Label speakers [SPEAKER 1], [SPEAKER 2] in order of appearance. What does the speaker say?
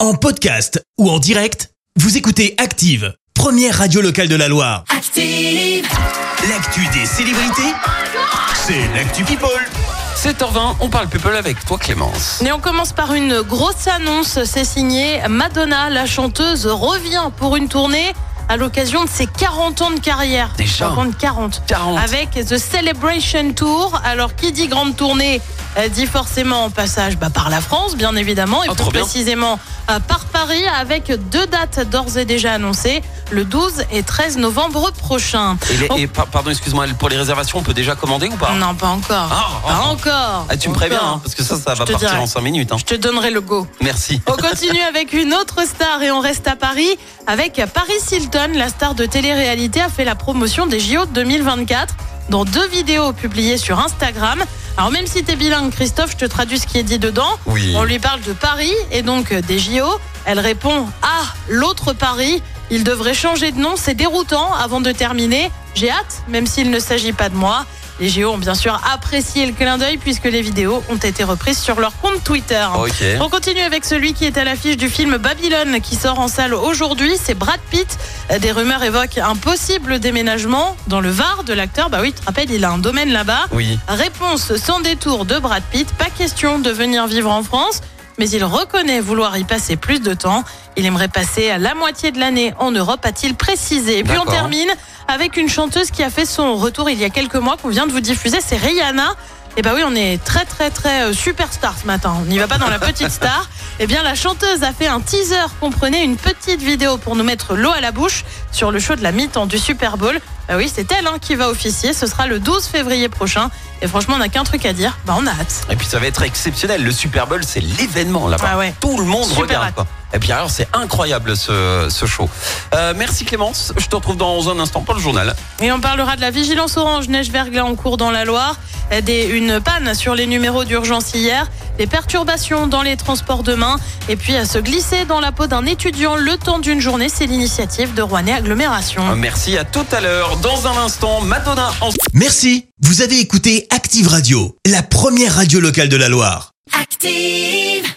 [SPEAKER 1] En podcast ou en direct, vous écoutez Active, première radio locale de la Loire.
[SPEAKER 2] Active,
[SPEAKER 1] L'actu des célébrités, c'est l'actu People.
[SPEAKER 3] 7h20, on parle people avec toi Clémence.
[SPEAKER 4] Mais on commence par une grosse annonce, c'est signé Madonna, la chanteuse, revient pour une tournée à l'occasion de ses 40 ans de carrière.
[SPEAKER 3] Déjà.
[SPEAKER 4] Par contre, 40.
[SPEAKER 3] 40.
[SPEAKER 4] Avec The Celebration Tour. Alors, qui dit grande tournée euh, dit forcément en passage bah, par la France, bien évidemment, et
[SPEAKER 3] Ah, trop
[SPEAKER 4] plus
[SPEAKER 3] bien.
[SPEAKER 4] précisément euh, par Paris, avec deux dates d'ores et déjà annoncées, le 12 et 13 novembre prochain.
[SPEAKER 3] Et, les-
[SPEAKER 4] Oh.
[SPEAKER 3] et par- pardon, excuse-moi, pour les réservations, on peut déjà commander ou pas
[SPEAKER 4] Non, pas encore.
[SPEAKER 3] Ah,
[SPEAKER 4] pas
[SPEAKER 3] ah.
[SPEAKER 4] encore.
[SPEAKER 3] Ah, tu me
[SPEAKER 4] Encore.
[SPEAKER 3] préviens, hein, parce que ça, ça va
[SPEAKER 4] Je te
[SPEAKER 3] partir
[SPEAKER 4] dirai. Oh,
[SPEAKER 3] en 5 minutes. hein.
[SPEAKER 4] Je te donnerai le go.
[SPEAKER 3] Merci.
[SPEAKER 4] On continue avec une autre star et on reste à Paris avec Paris Hilton, la star de télé-réalité a fait la promotion des JO de 2024 dans deux vidéos publiées sur Instagram. Alors même si t'es bilingue Christophe, je te traduis ce qui est dit dedans.
[SPEAKER 3] Oui.
[SPEAKER 4] On lui parle de Paris et donc des JO. Elle répond Ah, l'autre Paris, il devrait changer de nom, c'est déroutant avant de terminer. J'ai hâte, même s'il ne s'agit pas de moi. Les JO ont bien sûr apprécié le clin d'œil puisque les vidéos ont été reprises sur leur compte Twitter.
[SPEAKER 3] Ok.
[SPEAKER 4] On continue avec celui qui est à l'affiche du film Babylone qui sort en salle aujourd'hui, c'est Brad Pitt. Des rumeurs évoquent un possible déménagement dans le Var de l'acteur. Bah oui, tu te rappelles, il a un domaine là-bas.
[SPEAKER 3] Oui.
[SPEAKER 4] Réponse sans détour de Brad Pitt, pas question de venir vivre en France, mais il reconnaît vouloir y passer plus de temps. Il aimerait passer à la moitié de l'année en Europe, a-t-il précisé. Et puis on
[SPEAKER 3] D'accord.
[SPEAKER 4] termine avec une chanteuse qui a fait son retour il y a quelques mois qu'on vient de vous diffuser, c'est Rihanna. Et bah oui, on est très très très euh, superstar ce matin. On n'y va pas dans la petite star. Eh bien, la chanteuse a fait un teaser, comprenez, une petite vidéo pour nous mettre l'eau à la bouche sur le show de la mi-temps du Super Bowl. Bah oui, c'est elle hein, qui va officier. Ce sera le 12 février prochain. Et franchement, on n'a qu'un truc à dire. Bah, on a hâte.
[SPEAKER 3] Et puis ça va être exceptionnel. Le Super Bowl, c'est l'événement là-bas.
[SPEAKER 4] Ah ouais.
[SPEAKER 3] Tout le monde
[SPEAKER 4] Super
[SPEAKER 3] regarde.
[SPEAKER 4] hâte.
[SPEAKER 3] quoi. Et puis alors, c'est incroyable ce, ce show. Euh, merci Clémence. Je te retrouve dans un instant pour le journal.
[SPEAKER 4] Et on parlera de la vigilance orange neige verglas en cours dans la Loire, des, une panne sur les numéros d'urgence hier, des perturbations dans les transports demain, et puis à se glisser dans la peau d'un étudiant le temps d'une journée, c'est l'initiative de Rouenet Agglomération.
[SPEAKER 3] Euh, Merci à tout à l'heure. Dans un instant, Madonna en
[SPEAKER 1] Merci, vous avez écouté Active Radio, la première radio locale de la Loire.
[SPEAKER 2] active.